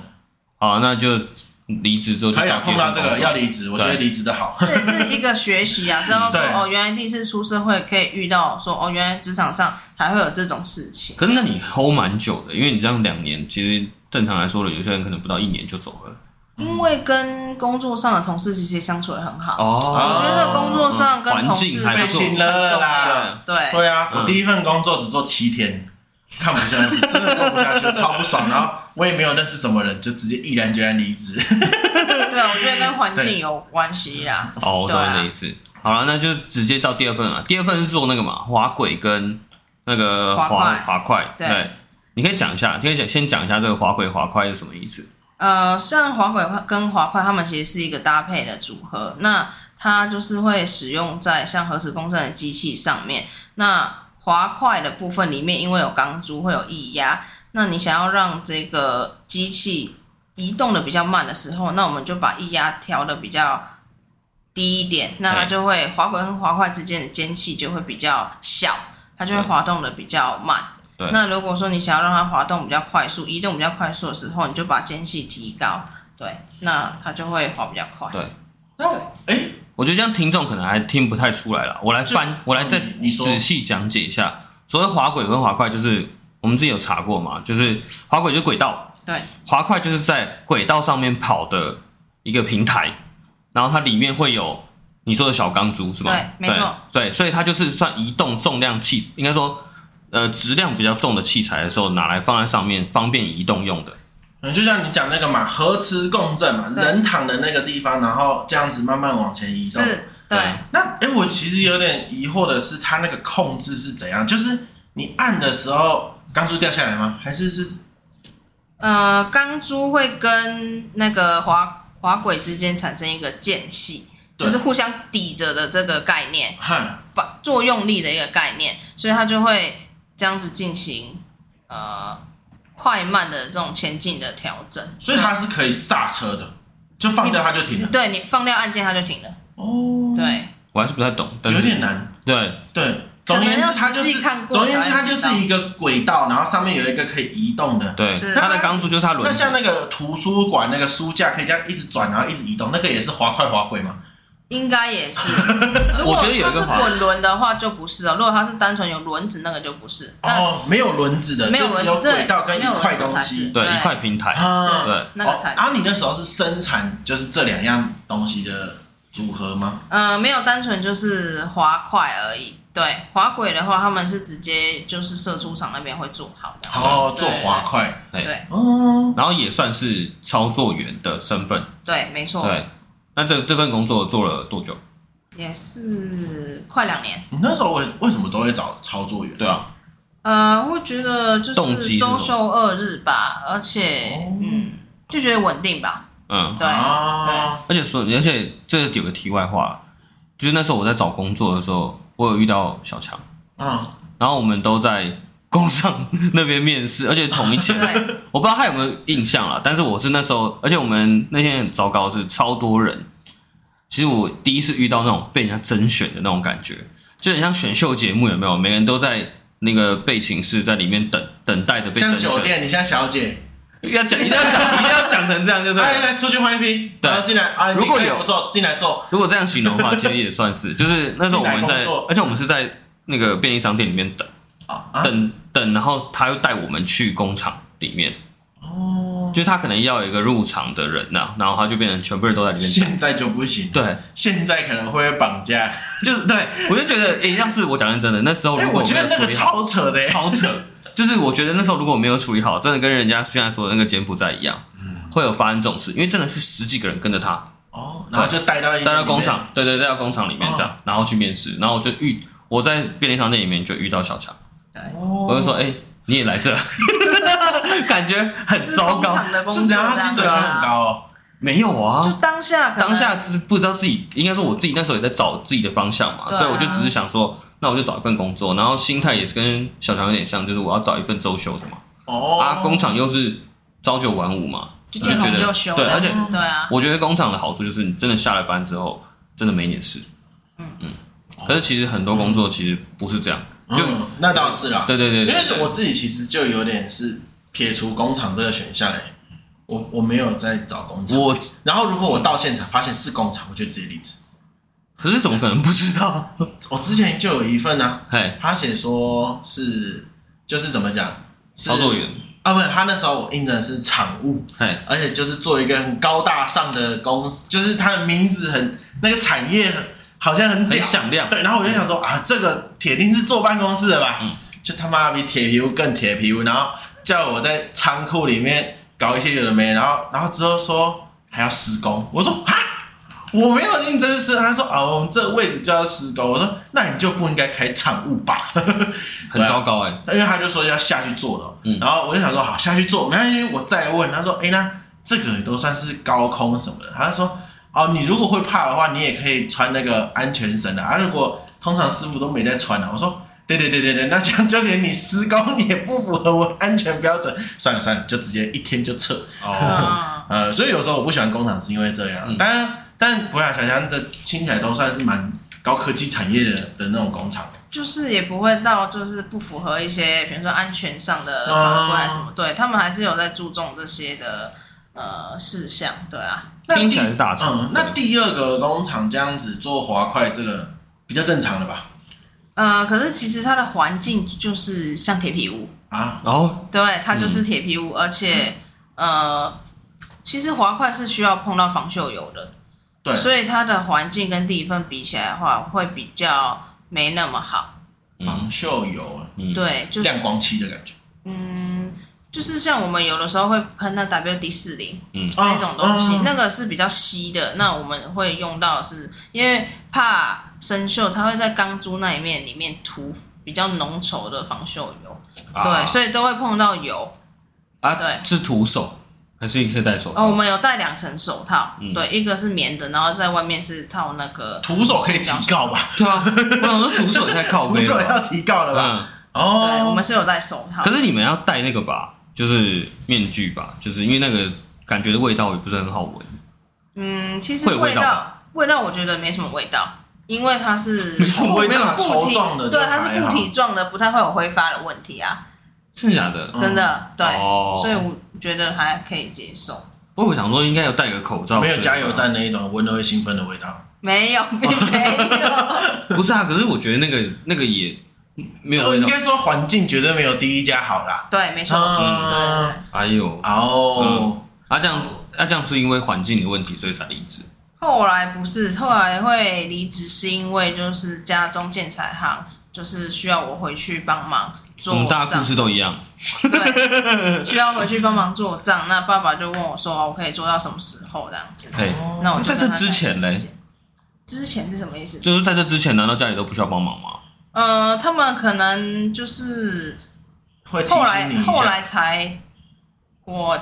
A: 好，那就离职之后就
B: 可以啊，
A: 打
B: 碰
A: 别的
B: 到这
A: 工
B: 个
A: 作
B: 要离职，我觉得离职的好。
C: 这也是一个学习啊，
A: [LAUGHS]
C: 知道说
B: 对
C: 哦，原来第一次出社会可以遇到说哦，原来职场上还会有这种事情。
A: 可是那你 hold 蛮久的，因为你这样两年，其实正常来说了，有些人可能不到一年就走了。
C: 因为跟工作上的同事其实相处的很好，我
A: 哦，嗯
C: 觉得工作上跟同
A: 环
C: 事
A: 境还
C: 相
A: 不
C: 处
A: 错
B: 被
C: 很
B: 请
C: 重
B: 了
C: 要
B: 啦。
C: 对，
B: 对啊，
A: 嗯
B: 我第一份工作只做七天，看不下
A: [LAUGHS]
B: 去，真的做不下去，超不爽。然后我也没有认识什么人，就直接毅然决然离职。
C: 对，啊我觉得跟环境
B: 对
C: 有关系啦。
A: 哦，我懂
C: 对啊
A: 你的意思。好了，那就直接到第二份了。第二份是做那个嘛，滑轨跟那个
C: 滑
A: 滑
C: 块
A: 滑块。
C: 对
A: 对，你可以讲一下，可以讲先讲一下这个滑轨滑块是什么意思。
C: 呃，像滑轨跟滑块，它们其实是一个搭配的组合。那它就是会使用在像核磁共振的机器上面。那滑块的部分里面，因为有钢珠，会有液压。那你想要让这个机器移动的比较慢的时候，那我们就把液压调的比较低一点，那它
A: 对
C: 就会滑滚跟滑块之间的间隙就会比较小，它就会
A: 对
C: 滑动的比较慢。
A: 对
C: 那如果说你想要让它滑动比较快速、移动比较快速的时候，你就把间隙提高，对，那它就会滑比较快。
A: 对
B: 那 [LAUGHS] 哎，
A: 我觉得这样听众可能还听不太出来了。我来翻，我来再
B: 嗯你你说
A: 仔细讲解一下。所谓滑轨跟滑块，就是我们自己有查过嘛，就是滑轨就是轨道，
C: 对
A: 滑块就是在轨道上面跑的一个平台，然后它里面会有你说的小钢珠是吗？
C: 对没错
A: 对，对，所以它就是算移动重量器，应该说呃质量比较重的器材的时候，拿来放在上面方便移动用的。
B: 嗯，就像你讲那个嘛，核磁共振嘛，
C: 对
B: 人躺的那个地方，然后这样子慢慢往前移动。
C: 是，对
A: 对
B: 那哎，我其实有点疑惑的是，它那个控制是怎样？就是你按的时候，钢珠掉下来吗？还是是
C: 呃，钢珠会跟那个滑滑轨之间产生一个间隙，
B: 对
C: 就是互相抵着的这个概念，
B: 哼，
C: 反作用力的一个概念，所以它就会这样子进行呃快慢的这种前进的调整。
B: 所以它是可以刹车的，就放掉它就停了。
C: 对你放掉按键，它就停了。
B: 哦，，
C: 对，
A: 我还是不太懂，但
B: 有
A: 是
B: 点难。
A: 对
B: 对，总而言
C: 可能要
B: 之，它就
C: 实
B: 是
C: 际看过
B: 总而言之，
C: 才
B: 它
C: 会
B: 就
C: 知道
B: 是一个轨道，然后上面有一个可以移动的。
A: 对
C: 是，
A: 它的钢珠就是它轮
B: 那
A: 子。
B: 像那个图书馆那个书架可以这样一直转，然后一直移动，那个也是滑快滑轨嘛？
C: 应该也是。如果
A: 我觉得有
C: 它
A: 一个
C: 是
A: 滑
C: 滚轮的话就不是哦，如果它是单纯有轮子那个就不是。那
B: 哦，没有轮子的，
C: 没有
B: 就
C: 轮
B: 只
C: 子
B: 有轨
C: 对
B: 道跟一
C: 没有
B: 块
C: 轮
B: 东
C: 子才是
B: 西。
A: 对
C: 对
A: 一块平台，
B: 啊，
A: 对
C: 那个才
B: 哦然后你那时候是生产就是这两样东西的组合吗？
C: 呃，没有，单纯就是滑块而已。对，滑轨的话，他们是直接就是射出厂那边会做好的。
B: 哦，
C: 对
B: 做滑快。
A: 对
C: 对
B: 哦，
A: 然后也算是操作员的身份。
C: 对，没错，
A: 对，那这这份工作做了多久？
C: 也是快两年。
B: 你那时候为为什么都会找操作员？
A: 对啊，
C: 呃，会觉得就
A: 动
C: 是
A: 机是什么
C: 周休二日吧，而且
B: 哦
C: 嗯，就觉得稳定吧。
A: 嗯，
C: 对，
B: 啊，
A: 而且说，而且这有个题外话，就是那时候我在找工作的时候，我有遇到小强，
B: 嗯，
A: 然后我们都在工商 [LAUGHS] 那边面试，而且同一期，
C: 对，
A: 我不知道他有没有印象啦，但是我是那时候，而且我们那天很糟糕，是超多人。其实我第一次遇到那种被人家甄选的那种感觉，就很像选秀节目，有没有？每个人都在那个备寝室，在里面等等待的被
B: 像
A: 甄选。
B: 酒店，你像小姐，
A: 要 [LAUGHS] 讲，一定要讲，一定要哎讲成这样，就 [LAUGHS] 对
B: 来
A: 了。
B: 来出去换一批，
A: 对
B: 然后进来啊，
A: 如果
B: 你可以
A: 有
B: 不错，进来做，
A: 如果这样形容的话，其实也算是， [LAUGHS] 就是那时候我们
B: 进
A: 在
B: 来工作，
A: 而且我们是在那个便利商店里面等
B: 啊啊
A: 等等，然后他又带我们去工厂里面，
B: 哦，
A: 就是他可能要有一个入场的人呐、啊然后他就变成全部人都在里面等。
B: 现在就不行，
A: 对，
B: 现在可能会被绑架。
A: 就是对我就觉得，诶，要是我讲认真的，那时候
B: 哎，
A: 哦如果
B: 我
A: 没
B: 觉得
A: 有
B: 那
A: 处
B: 个
A: 理好，
B: 超欸扯的耶，
A: 超扯。就是我觉得那时候如果没有处理好，真的跟人家现在说的那个柬埔寨一样，
B: 嗯
A: 会有发生这种事，因为真的是十几个人跟着他，
B: 哦，然后就带到一个
A: 带到
B: 里面
A: 工，厂，对对，带到工厂里面这
C: 哦
A: 样，然后去面试，然后我就遇我在便利商店里面就遇到小强，我
B: 我
C: 哦
A: 就说，哎、你也来这， [LAUGHS] 感觉很
C: 就是
A: 糟
C: 工
A: 糕，
C: 厂的工
B: 是
C: 作
B: 怎样？
C: 量
B: 他薪水他很
C: 啊，
B: 高哦，
A: 没有
C: 就
A: 啊，
C: 当下可能
A: 当下就是不知道自己，应该说我自己那时候也在找自己的方向嘛，
C: 对啊
A: 所以我就只是想说，那我就找一份工作，然后心态也是跟小强有点像，就是我要找一份周休的嘛，
B: 哦，
A: 啊，工厂又是朝九晚五嘛，
C: 就见红就休
A: 对
C: 这
A: 而
C: 样
A: 且
C: 子，对啊，
A: 我觉得工厂的好处就是，你真的下了班之后，真的没你的事。
C: 嗯
A: 嗯。可是其实很多工作其实不是这样，就
B: 嗯那倒是啦，
A: 对对对
B: 因
A: 对
B: 为我自己其实就有点是撇除工厂这个选项，哎，我我没有在找工厂，
A: 我
B: 然后如果我到现场发现是工厂，我就直接离职。
A: 可是怎么可能不知道？
B: 我之前就有一份呢、
A: 嘿，
B: 他写说是就是怎么讲，是
A: 操作员，
B: 啊，不是，他那时候我应征的是厂务，
A: 嘿，
B: 而且就是做一个很高大上的公司，就是它的名字很那个产业好像很
A: 很
B: 屌，啊
A: 响亮，
B: 对，然后我就想说啊，这个铁定是坐办公室的吧，
A: 嗯
B: 就他妈比铁皮屋更铁皮屋，然后叫我在仓库里面搞一些有的没的，然后然后之后说还要施工，我说啊。我没有应征是，他说啊，我们这位置就要施工。我说那你就不应该开厂务吧，
A: 很糟糕哎。
B: 因为他就说要下去做了，
A: 嗯
B: 然后我就想说好下去做，没关系，我再问。他说，哎、那这个都算是高空什么的？他就说，哦，你如果会怕的话，你也可以穿那个安全绳的啊。如果通常师傅都没在穿的、我说对对对对对，那这样就连你施工也不符合我安全标准，算了算了，就直接一天就撤。
A: 哦，
C: 啊，
B: 呃，所以有时候我不喜欢工厂是因为这样，
A: 嗯
B: 当然，但不要想想的听起来都算是蛮高科技产业的的那种工厂。
C: 就是也不会到就是不符合一些，比如说安全上的法
B: 啊
C: 规还是什么，对他们还是有在注重这些的呃事项，对啊，
B: 那
A: 听起
B: 第
A: 来是大厂
B: 嗯，那第二个工厂这样子做滑块，这个比较正常了吧？
C: 呃，可是其实它的环境就是像铁皮屋，
B: 啊，
A: 然后
C: 对，它
B: 嗯
C: 就是铁皮屋，而且呃，其实滑块是需要碰到防锈油的，
B: 对，
C: 所以它的环境跟地分比起来的话，会比较没那么好。
B: 防锈油、
A: 嗯，
C: 对，就是
B: 亮光漆的感觉，
C: 嗯，就是像我们有的时候会喷那 WD 四零
B: 啊
C: 那种东西，
B: 啊
C: 那个是比较稀的。那我们会用到的是因为怕生锈，它会在钢珠那一面里面涂比较浓稠的防锈油，对，所以都会碰到油。
A: 啊，
C: 对
A: 是徒手还是可以戴手套？
C: 哦，我们有戴两层手套，
A: 嗯
C: 对，一个是棉的，然后在外面是套那个
B: 徒手可以提告 [LAUGHS] 吧？
A: 对啊，我想说徒手也太靠
B: 徒
A: 背
B: 手
A: 了
B: 要
A: 吧。
B: 提告了吧？
A: 嗯，
C: 对，我
B: 哦，
C: 们是有戴手套。
A: 可是你们要戴那个吧，就是面具吧，就是因为那个感觉的味道也不是很好闻。
C: 嗯，其实
A: 会有味
C: 味
A: 道
C: 道味道我觉得没什么味道，因为它是
A: 没什么
C: 固
B: 味道
C: 固
B: 稠
C: 体
B: 状的就
C: 对，它是
B: 还好
C: 固体状的，不太会有挥发的问题啊，
A: 真的假的
B: 嗯？
C: 真的对，
A: 哦
C: 所以我觉得还可以接受。
A: 不过我想说，应该要戴个口罩。
B: 没有加油。站那一种闻了会兴奋的味道，
C: 没
A: [LAUGHS]
C: 有，并没有。
A: 不是啊，可是我觉得那个那个也没有
B: 呃
A: 味
B: 应
A: 道。
B: 该说环境绝对没有第一家好啦。
C: 对，没
A: 嗯
C: 错，对对
B: 啊
C: 对。
A: 哎呦，
B: 哦，
A: 啊这样啊这样是因为环境的问题，所以才离职。
C: 后来不是，后来会离职是因为就是家中建材行就是需要我回去帮忙
A: 我
C: 做
A: 们嗯大家
C: 账
A: 故，事都一样。
C: 对，需要回去帮忙做账。那爸爸就问我说，我可以做到什么时候这样子？
A: 嘿，
C: 那我就
A: 在这
C: 跟他
A: 之
C: 讲
A: 前嘞
C: 时间，之前是什么意思？
A: 就是在这之前，难道家里都不需要帮忙吗？
C: 呃，他们可能就是
B: 会提
C: 后来
B: 醒你一
C: 后
B: 下。
C: 来才，我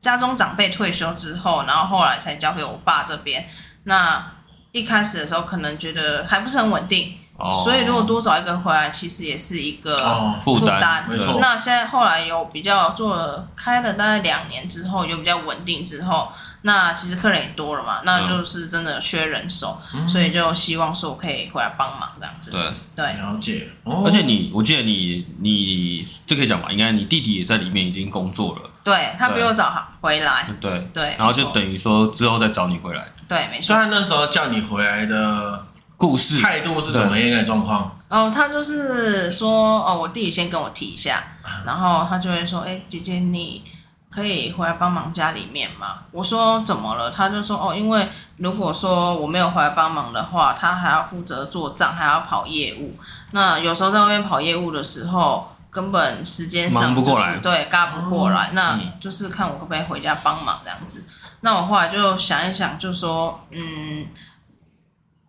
C: 家中长辈退休之后，然后后来才交给我爸这边。那一开始的时候，可能觉得还不是很稳定，
A: 哦，
C: 所以如果多找一个回来，其实也是一个。
B: 哦，
A: 负
C: 负担
A: 担，
B: 没
A: 对
B: 错
C: 那现在后来有比较做了开了大概两年之后，有比较稳定之后，那其实客人也多了嘛，
B: 嗯
C: 那就是真的缺人手，所以就希望说我可以回来帮忙这样子。
A: 对。
C: 对，
B: 了解。哦
A: 而且你，我记得你，你这可以讲吧？应该你弟弟也在里面已经工作了，
C: 对他比
A: 对
C: 我早回来，
A: 对。
C: 对，
A: 然后就
C: 没错
A: 等于说之后再找你回来。
C: 对，没
B: 虽
C: 错。
B: 然那时候叫你回来的
A: 故事
B: 态度是怎么样的状况？
C: 哦，他就是说，哦，我弟弟先跟我提一下，
A: 啊
C: 然后他就会说，哎、姐姐你。可以回来帮忙家里面吗？我说怎么了？他就说哦，因为如果说我没有回来帮忙的话，他还要负责做账，还要跑业务。那有时候在外面跑业务的时候，根本时间上、就
A: 忙
C: 是、
A: 不过来
C: 对，嘎不过来。那
A: 嗯
C: 就是看我可不可以回家帮忙这样子。那我后来就想一想，就说嗯，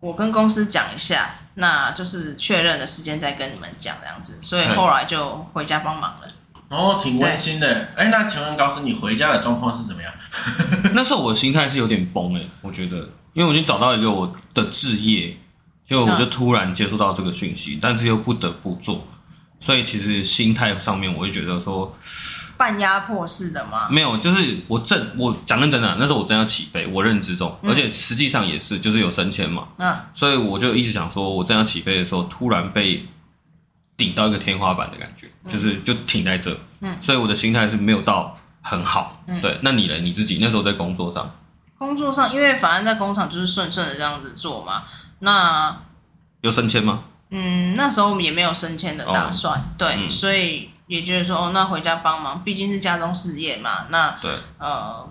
C: 我跟公司讲一下，那就是确认的时间再跟你们讲这样子。所以
A: 嗯
C: 后来就回家帮忙了。
B: 哦，挺温馨的。哎，那请问高师，你回家的状况是怎么样？
A: 那时候我的心态是有点崩诶、我觉得，因为我已经找到一个我的置业，就
C: 嗯
A: 我就突然接收到这个讯息，但是又不得不做，所以其实心态上面我会觉得说，
C: 半压迫式的吗？
A: 没有，就是我正我讲认真的、啊那时候我真要起飞，我认知中，而且实际上也是，就是有升迁嘛，
C: 嗯，
A: 所以我就一直想说，我正要起飞的时候，突然被顶到一个天花板的感觉，就是就停在这，
C: 嗯，
A: 所以我的心态是没有到很好，
C: 嗯
A: 对，那你呢？你自己那时候在工作上
C: 工作上，因为反正在工厂就是顺顺的这样子做嘛。那
A: 有升迁吗？
C: 嗯，那时候我们也没有升迁的打算，对，
A: 嗯
C: 所以也觉得说，哦，那回家帮忙，毕竟是家中事业嘛。那
A: 对。
C: 呃，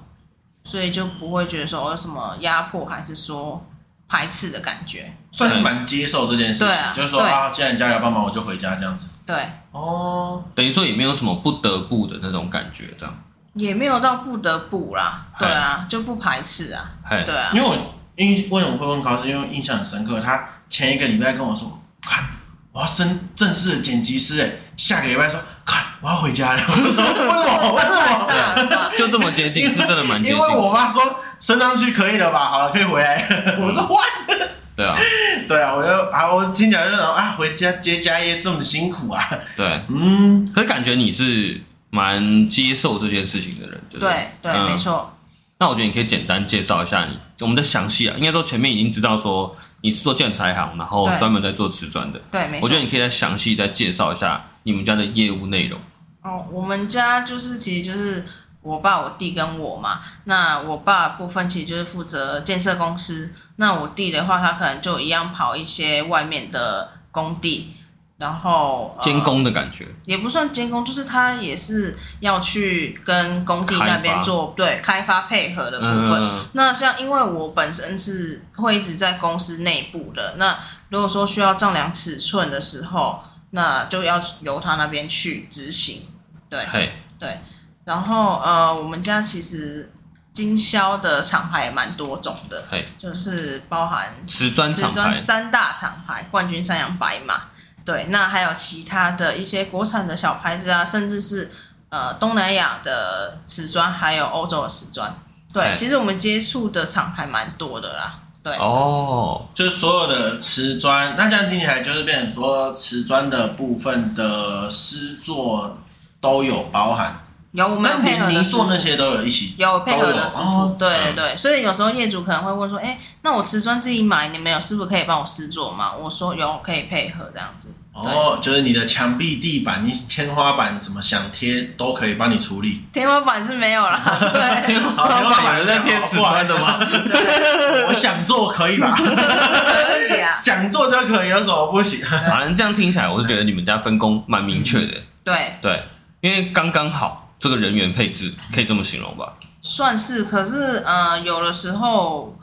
C: 所以就不会觉得说哦有什么压迫，还是说排斥的感觉。
B: 算是蛮接受这件事
C: 对
B: 情，
C: 啊
B: 就是说
C: 对
B: 啊，既然家里要帮忙，我就回家这样子。
C: 对，
B: 哦，
A: 等于说也没有什么不得不的那种感觉，这样。
C: 也没有到不得不啦，
A: 嗨
C: 对啊，就不排斥啊，
A: 嘿，
C: 对啊
B: 因，为我哦因为什么会问高师，因为我印象很深刻，他前一个礼拜跟我说，看我要升正式的剪辑师，哎，下个礼拜说，看我要回家了， [LAUGHS] 我就说为什么？为什么？
C: 对
A: 就这么接近，是真的蛮接
B: 因
A: 近嗯
B: 为。我妈说升上去可以了吧？好了，可以回来了。我说 what？
A: 对啊，
B: 对啊，我就啊，我听起来就想啊，回家接家业这么辛苦啊，
A: 对。
B: 嗯，
A: 可是感觉你是蛮接受这件事情的人，就是
C: [LAUGHS] 对对，
A: 嗯
C: 没错，
A: 那我觉得你可以简单介绍一下你我们的详细啊，应该说前面已经知道说你是做建材行，然后
C: 对
A: 专门在做瓷砖的。
C: 对没错。
A: 我觉得你可以再详细再介绍一下你们家的业务内容。
C: 哦，我们家就是其实就是我爸、我弟跟我嘛。那我爸部分其实就是负责建设公司，那我弟的话，他可能就一样跑一些外面的工地，然后、呃
A: 监工的感觉，
C: 也不算监工，就是他也是要去跟工地那
A: 开发
C: 边做对开发配合的部分。
A: 嗯，
C: 那像因为我本身是会一直在公司内部的，那如果说需要丈量尺寸的时候，那就要由他那边去执行。对，
A: 嘿，
C: 然后呃，我们家其实经销的厂牌也蛮多种的，
A: 嘿，
C: 就是包含
A: 瓷砖
C: 瓷
A: 厂牌
C: 砖，三大厂牌，冠军、三洋、白马。对，那还有其他的一些国产的小牌子啊，甚至是呃东南亚的瓷砖，还有欧洲的瓷砖。
A: 哎
C: 对，其实我们接触的厂牌蛮多的啦。对，
A: 哦，
B: 就是所有的瓷砖，那这样听起来就是变成说瓷砖的部分的诗作都有包含，
C: 有我们
B: 那
C: 有配合
B: 连
C: 的
B: 泥
C: 师
B: 做
C: 傅
B: 那些都有一起，
C: 有配合的师傅，
B: 哦
C: 对对
A: 嗯
C: 对，所以有时候业主可能会问说，哎、那我瓷砖自己买，你们有师傅可以帮我试做吗？我说有，可以配合这样子。对，
B: 哦，就是你的墙壁、地板、你天花板怎么想贴都可以帮你处理。
C: 天花板是没有啦，对，
B: [LAUGHS] 好天花板有在贴瓷砖的吗？
C: [LAUGHS]
B: 我想做可以吧，
C: 啊可
B: [LAUGHS]
C: 以啊，
B: 想做就可以，有什么不
C: [LAUGHS]
B: 行？
A: 反正这样听起来，我是觉得你们家分工蛮明确的，
C: 对，
A: 对，因为刚刚好，这个人员配置
C: 嗯
A: 可以这么形容吧？
C: 算是，可是呃，有的时候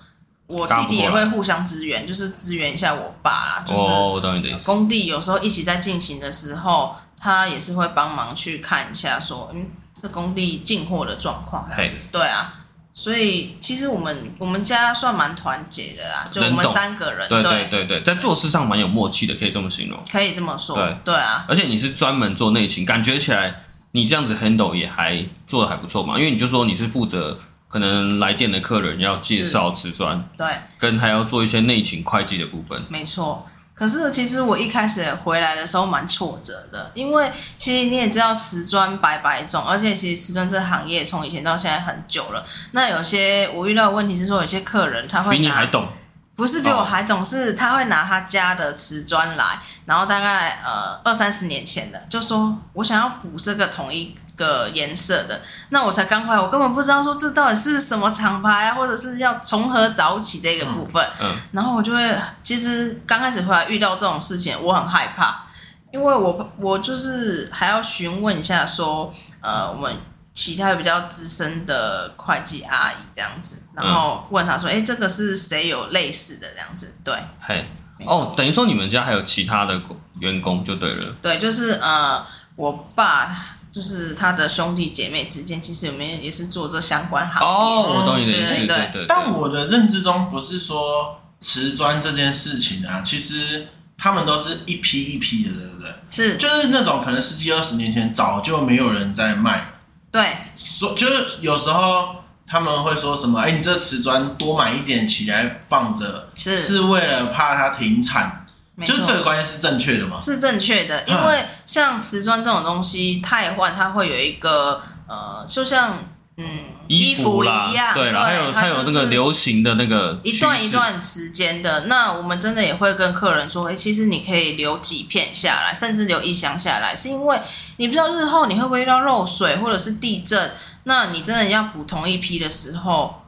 C: 我弟弟也会互相支援，就是支援一下我爸啦，就是
A: 哦，我懂你的意思，
C: 工地有时候一起在进行的时候，他也是会帮忙去看一下说，嗯，这工地进货的状况，
A: 嘿，
C: 对啊。所以其实我们我们家算蛮团结的啦，就我
A: 人
C: 们
A: 懂
C: 三个人，
A: 对对对对，在做事上蛮有默契的，可以这么形容。
C: 可以这么说，
A: 对
C: 啊，
A: 而且你是专门做内勤，感觉起来你这样子 handle 也还做的还不错嘛，因为你就说你是负责可能来电的客人要介绍瓷砖，
C: 对，
A: 跟还要做一些内勤会计的部分。
C: 没错。可是其实我一开始回来的时候蛮挫折的，因为其实你也知道瓷砖百百种，而且其实瓷砖这行业从以前到现在很久了。那有些我遇到的问题是说，有些客人他会啊
A: 比你还
C: 拿，
A: 懂，
C: 不是比我
A: 哦
C: 还懂，是他会拿他家的瓷砖来，然后大概呃二三十年前的，就说我想要补这个同一个颜色的，那我才刚回来，我根本不知道说这到底是什么厂牌啊，或者是要从何找起这个部分。
A: 嗯，
C: 然后我就会，其实刚开始回来遇到这种事情，我很害怕，因为我我就是还要询问一下说，呃，我们其他比较资深的会计阿姨这样子，然后问她说，哎、这个是谁有类似的这样子？对
A: 嘿，
C: 没错
A: 哦，等于说你们家还有其他的工员工就对了，
C: 对，就是呃，我爸就是他的兄弟姐妹之间，其实我们也是做这相关行业。
A: 哦，我懂你的意思，对
C: 嗯对
A: 对对，
B: 但我的认知中，不是说瓷砖这件事情啊，其实他们都是一批一批的，对不对？
C: 是，
B: 就是那种可能十几二十年前早就没有人在卖了，
C: 对，
B: 说就是有时候他们会说什么，哎、你这瓷砖多买一点起来放着，
C: 是
B: 是为了怕它停产，
C: 没
B: 就是
C: 错
B: 这个观念是正确的吗？
C: 是正确的，因为像瓷砖这种东西，汰换它会有一个呃，就像嗯
A: 衣
C: 服
A: 啦
C: 一样，，
A: 对啦，还有
C: 它
A: 还有那个
C: 就是
A: 流行的那个
C: 一段
A: 趋势
C: 一，段时间的。那我们真的也会跟客人说，哎、其实你可以留几片下来，甚至留一箱下来，是因为你不知道日后你会不会遇到漏水或者是地震，那你真的要补同一批的时候，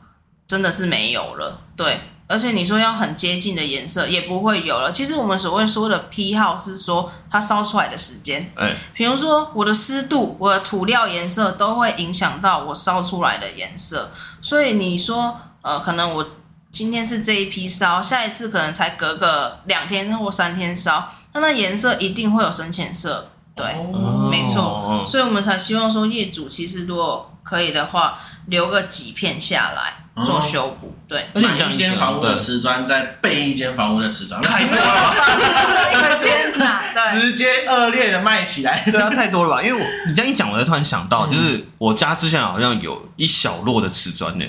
C: 真的是没有了，对。而且你说要很接近的颜色也不会有了。其实我们所谓说的批号是说它烧出来的时间，
A: 哎，
C: 比如说我的湿度、我的涂料颜色都会影响到我烧出来的颜色，所以你说，呃，可能我今天是这一批烧，下一次可能才隔个两天或三天烧，那那颜色一定会有深浅色，对，
B: 哦
C: 没错
A: 哦
C: 所以我们才希望说业主其实如果可以的话，留个几片下
A: 哦
C: 来做修补，对，
A: 而且你这
B: 买
A: 样
B: 一
A: 一
B: 间房屋的
A: 讲对
B: 瓷砖，再备一间房屋的瓷
A: [LAUGHS]
B: 砖，太多了吧。
C: 一 [LAUGHS] 天呐，对，
B: 直接恶劣的卖起来。
A: 对啊，太多了吧？因为我你这样一讲，我才突然想到，
B: 嗯
A: 就是我家之前好像有一小摞的瓷砖呢，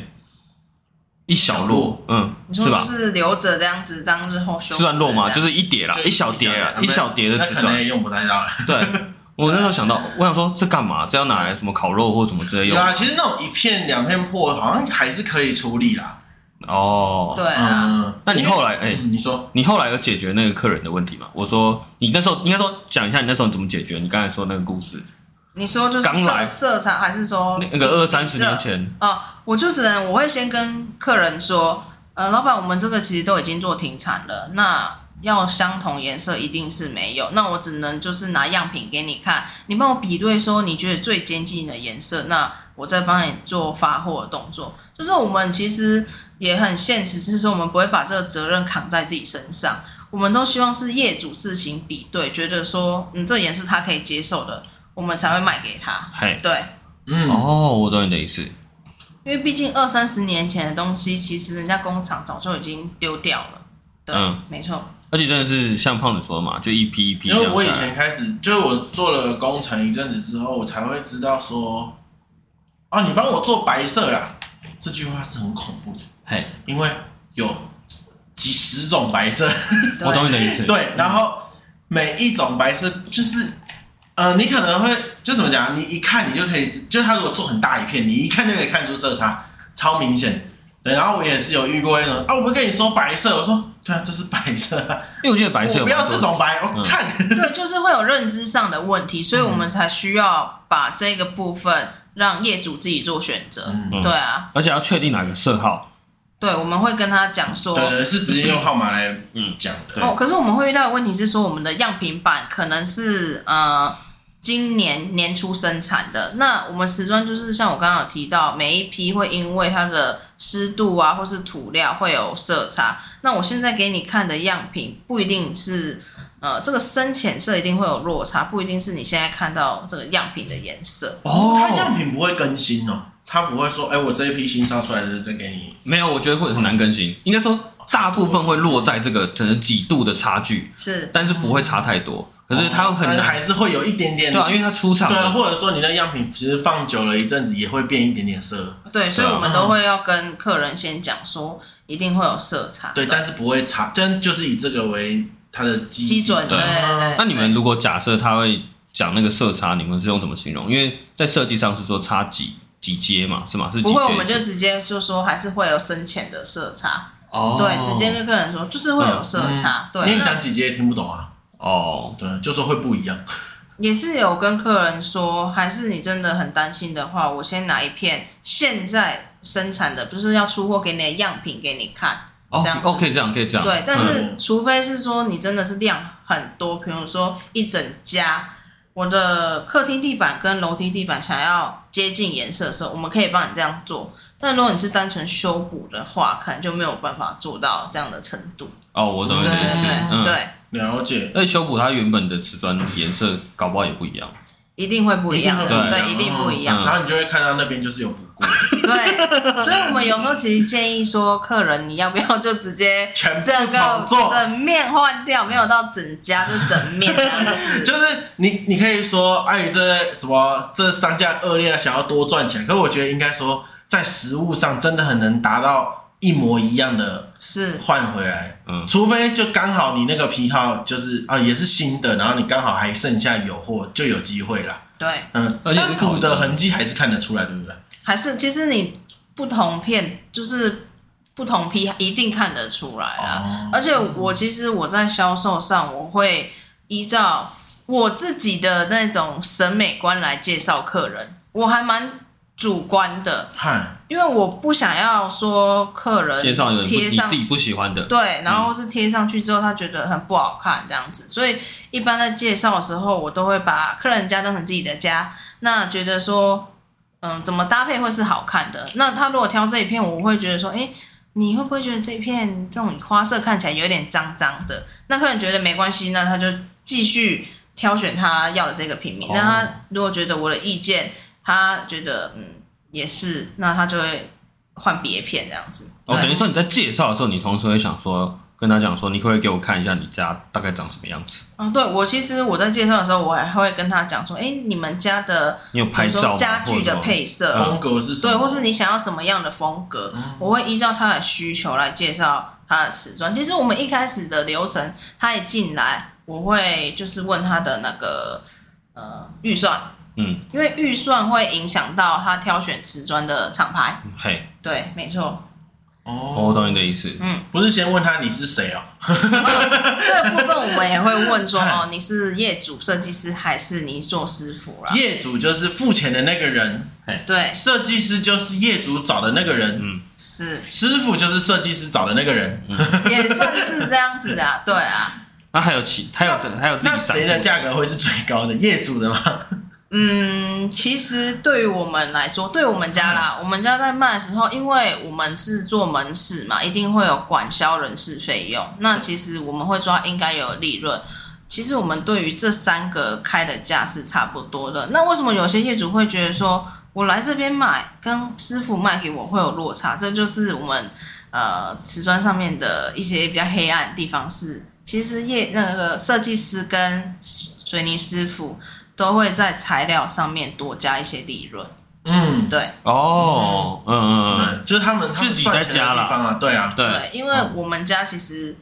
A: 一小落，嗯，
C: 你说
A: 是吧
C: 就？是留着这样子当日后修
A: 是算落吗？就是是一叠啦， [LAUGHS] 一小叠啊，一小叠的
B: 那
A: 瓷
B: 可能
A: [LAUGHS] 砖。哎
B: 也用不太到了。
A: 对，我那时候想到，我想说这干嘛？这要拿来什么烤肉或什么之类
B: 有
A: 用？
B: 啊，其实那种一片两片破，好像还是可以处理啦。
A: 哦，
C: 对啊，
B: 嗯，
A: 那你后来哎，
B: 嗯你说
A: 你后来有解决那个客人的问题吗？我说你那时候应该说讲一下你那时候你怎么解决？你刚才说那个故事，
C: 你说就是
A: 刚来
C: 色色彩还是
B: 哦
C: 说
A: 那那个二三十
C: 色
A: 年前，
C: 哦，我就只能我会先跟客人说，呃，老板，我们这个其实都已经做停产了，那要相同颜色一定是没有，那我只能就是拿样品给你看，你帮我比对说你觉得最接近的颜色，那我再帮你做发货的动作。就是我们其实也很现实，是说我们不会把这个责任扛在自己身上。我们都希望是业主自行比对，觉得说，嗯，这颜色他可以接受的，我们才会卖给他。
A: 嘿，
C: 对，
B: 嗯，
A: 哦，我懂你的意思，
C: 因为毕竟二三十年前的东西，其实人家工厂早就已经丢掉了。对，
A: 嗯
C: 没错。
A: 而且真的是像胖子说的嘛，就一批一批
B: 因
A: 这
B: 为
A: 样
B: 我以
A: 下来。
B: 前开始，就是我做了工程一阵子之后，我才会知道说，哦，你帮我做白色啦，这句话是很恐怖的，
A: 嘿，
B: 因为有几十种白色。
C: 对
A: 我懂你的意思。
B: 对，然后每一种白色就是，呃，你可能会就怎么讲，啊你一看你就可以知，就是它如果做很大一片，你一看就可以看出色差，超明显。对，然后我也是有遇过那种啊，我不跟你说白色，我说对啊，这是白色啊、
A: 因为我记得白色
B: 我
A: 有
B: 不
A: 蛮
B: 要
A: 多
B: 这种白，我
A: 嗯
B: 看、
C: 对，就是会有认知上的问题，所以我们才需要把这个部分让业主自己做选择。
B: 嗯
C: 对啊，
A: 而且要确定哪个色号。
C: 对，我们会跟他讲说，
B: 对对，是直接用号码来
A: 嗯
B: 讲的。
A: 对
C: 哦，可是我们会遇到的问题是说，我们的样品版可能是呃今年年初生产的，那我们瓷砖就是像我刚刚有提到，每一批会因为它的湿度啊，或是涂料会有色差。那我现在给你看的样品不一定是。呃，这个深浅色一定会有落差，不一定是你现在看到这个样品的颜色。
B: 它样品不会更新哦，它不会说，哎，我这一批新烧出来的再给你。
A: 没有，我觉得会很难更新。应该说，大部分会落在这个可能几度的差距，
C: 是，
A: 但是不会差太多。可是它很难，
B: 但是哦还是会有一点点
A: 对啊，因为它出厂
B: 对，
A: 了，
B: 或者说你那样品其实放久了一阵子也会变一点点色，
C: 对，所以
A: 对啊
C: 我们都会要跟客人先讲说，一定会有色差。
B: 对，但是不会差，真就是以这个为它的基
C: 基准，对对 [LAUGHS] 对。
A: 那你们如果假设他会讲那个色差，你们是用怎么形容？因为在设计上是说差几几阶嘛，是吗？是几
C: 不
A: 阶？
C: 会，我们就直接就说还是会有深浅的色差，
A: 哦，嗯
C: 对，直接跟客人说就是会有色差，对，
B: 因为
C: 那
B: 讲几节也听不懂啊，
A: 哦，
B: 对，就说会不一样，
C: 也是有跟客人说，还是你真的很担心的话，我先拿一片现在生产的，就是要出货给你的样品给你看，
A: 哦
C: 这样，子
A: 哦，可以这样，可以这样。
C: 对，但
A: 嗯
C: 是除非是说你真的是量很多，比如说一整家。我的客厅地板跟楼梯地板想要接近颜色的时候，我们可以帮你这样做。但如果你是单纯修补的话，可能就没有办法做到这样的程度。
A: 哦，我懂你
C: 对
A: 的意
C: 对
A: 思。
C: 对
A: 嗯，
C: 对，
B: 了解，
A: 那修补它原本的瓷砖颜色，搞不好也不一样。
C: 一定会不一样的，对，
B: 一
C: 一
B: 定
C: 定
B: 会不
C: 不
B: 一嗯
C: 一
A: 嗯
C: 样。
B: 然后你就会看到那边就是有补过，
C: 对，所以我们有时候其实建议说，客人你要不要就直接
B: 全部
C: 这
B: 重
C: 个
B: 做，
C: 整面换掉，没有到整家就整面这样
B: [LAUGHS]
C: 子。
B: 就是你你可以说，哎，这什么这商家恶劣，想要多赚钱，可是我觉得应该说，在实物上真的很能达到一模一样的
C: 是，
B: 换回来，
A: 嗯
B: 除非就刚好你那个批号就是啊也是新的，然后你刚好还剩下有货，就有机会啦。
C: 对，
B: 嗯，
A: 而且
B: 但
A: 是考
B: 古的痕迹还是看得出来，对不对？
C: 还是其实你不同片就是不同批一定看得出来啊。
B: 哦，
C: 而且我其实我在销售上，我会依照我自己的那种审美观来介绍客人，我还蛮主观的。
B: 嗨，
C: 因为我不想要说客
A: 介绍一个
C: 人
A: 你不
C: 呃贴
A: 你
C: 上
A: 自己不喜欢的，嗯
C: 对，然后是贴上去之后，他觉得很不好看这样子，所以一般在介绍的时候，我都会把客人家当成自己的家，那觉得说，嗯，怎么搭配会是好看的？那他如果挑这一片，我会觉得说，诶，你会不会觉得这一片这种花色看起来有点脏脏的？那客人觉得没关系，那他就继续挑选他要的这个平民。
A: 哦
C: 那他如果觉得我的意见，他觉得嗯也是，那他就会换别片这样子。
A: 哦，
C: 对啊
A: 等于说你在介绍的时候，你同时会想说，跟他讲说，你可不可以给我看一下你家大概长什么样子？
C: 嗯，对我其实我在介绍的时候，我还会跟他讲说，哎，你们家的
A: 你有
C: 比
A: 拍
C: 如
A: 照
C: 说
A: 吗
C: 家
A: 或
C: 具
A: 者什
C: 的
A: 么嗯
C: 配色，
B: 风格是什么？
C: 对，或是你想要什么样的风格，我会依照他的需求来介绍他的瓷砖。其实我们一开始的流程，他一进来，我会就是问他的那个呃预算，
A: 嗯，
C: 因为预算会影响到他挑选瓷砖的厂牌。
A: 嘿，
C: 对，没错，
A: 哦我
B: 哦，
A: 懂你的意思。
C: 嗯，
B: 不是先问他你是谁哦，
A: [LAUGHS]
C: 这个部分我们也会问说，哦，你是业主设计师还是你做师傅
A: 哦
C: 啦？
B: 业主就是付钱的那个人，
C: 对，
B: 设计师就是业主找的那个人，
A: 嗯
C: 是
B: 师傅就是设计师找的那个人。
C: 也算是这样子啊，对啊，
A: 那还有其还有还有自己
B: 那
A: 散
B: 谁的
A: 步
B: 价格会是最高的？业主的吗？
C: 嗯，其实对于我们来说，对我们家啦，我们家在卖的时候，因为我们是做门市嘛，一定会有管销人事费用。那其实我们会抓应该有利润。其实我们对于这三个开的价是差不多的。那为什么有些业主会觉得说，我来这边买跟师傅卖给我会有落差？这就是我们呃瓷砖上面的一些比较黑暗的地方是，其实业那个设计师跟水泥师傅都会在材料上面多加一些利润。
B: 嗯，
C: 对
A: 哦，嗯嗯嗯嗯，
B: 对，就是他们
A: 自己
B: 他们
A: 在
B: 赚钱
A: 家
B: 的
A: 啦
B: 地方啊，对啊，
A: 对，
C: 对，因为我们家其实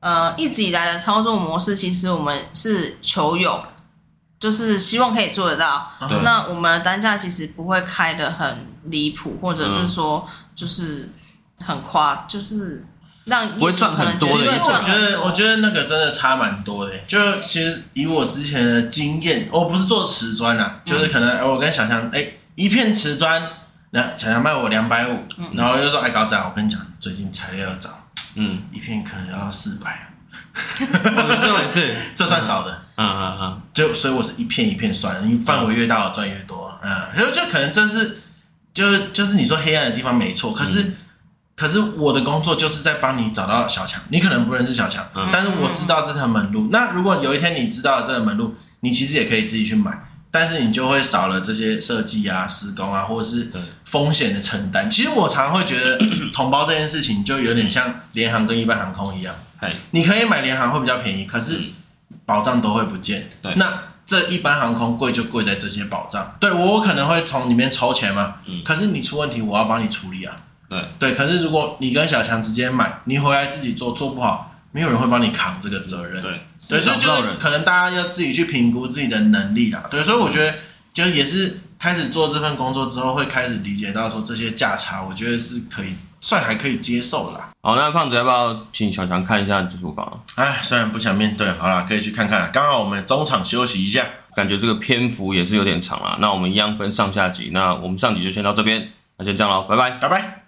C: 呃一直以来的操作模式，其实我们是求有，就是希望可以做得到。
A: 对
C: 那我们的单价其实不会开的很离谱，或者是说
A: 嗯
C: 就是很夸，就是让
A: 不会赚很多
B: 其
A: 的
B: 实
A: 一种
B: 我觉得，我
C: 得
B: 觉得那个真的差蛮多的。就其实以我之前的经验，我不是做瓷砖啦，就是可能
A: 嗯
B: 哎我跟小强哎一片瓷砖，那小强卖我两百五，然后就说哎高仔，我跟你讲，最近材料涨，
A: 嗯，
B: 一片可能要四百，
A: 哦这种也是，
B: 这算少的。
A: 嗯嗯嗯，
B: 就所以我是一片一片算，因为范围越大，我赚越多。嗯，可是就可能真是，就就是你说黑暗的地方没
A: 嗯
B: 错，可是、可是我的工作就是在帮你找到小强，你可能不认识小强，
A: 嗯
B: 但是我知道这条门路。那如果有一天你知道了这个门路，你其实也可以自己去买，但是你就会少了这些设计啊、施工啊，或者是
A: 对
B: 风险的承担。其实我常常会
A: [CLEARS THROAT]
B: 觉得同胞这件事情就有点像联航跟一般航空一样。
A: 嘿，
B: 你可以买联航会比较便宜，可是保障都会不见。
A: 嗯对
B: 那这一般航空贵就贵在这些保障。对我，我可能会从里面抽钱嘛，
A: 嗯
B: 可是你出问题，我要帮你处理啊。
A: 对，
B: 对，可是如果你跟小强直接买，你回来自己做，做不好，没有人会帮你扛这个责任。
A: 对，
B: 对，所
A: 找
B: 以
A: 不
B: 就
A: 到
B: 是
A: 人，
B: 可能大家要自己去评估自己的能力啦。对，所以我觉得就也是开始做这份工作之后，会开始理解到说这些价差，我觉得是可以算还可以接受啦。
A: 好，那胖子要不要请小强看一下你的厨房？
B: 哎，虽然不想面对，好啦，可以去看看啦。刚好我们中场休息一下。
A: 感觉这个篇幅也是有点长啊，那我们一样分上下集，那我们上集就先到这边，那先这样喽，拜拜。
B: 拜拜。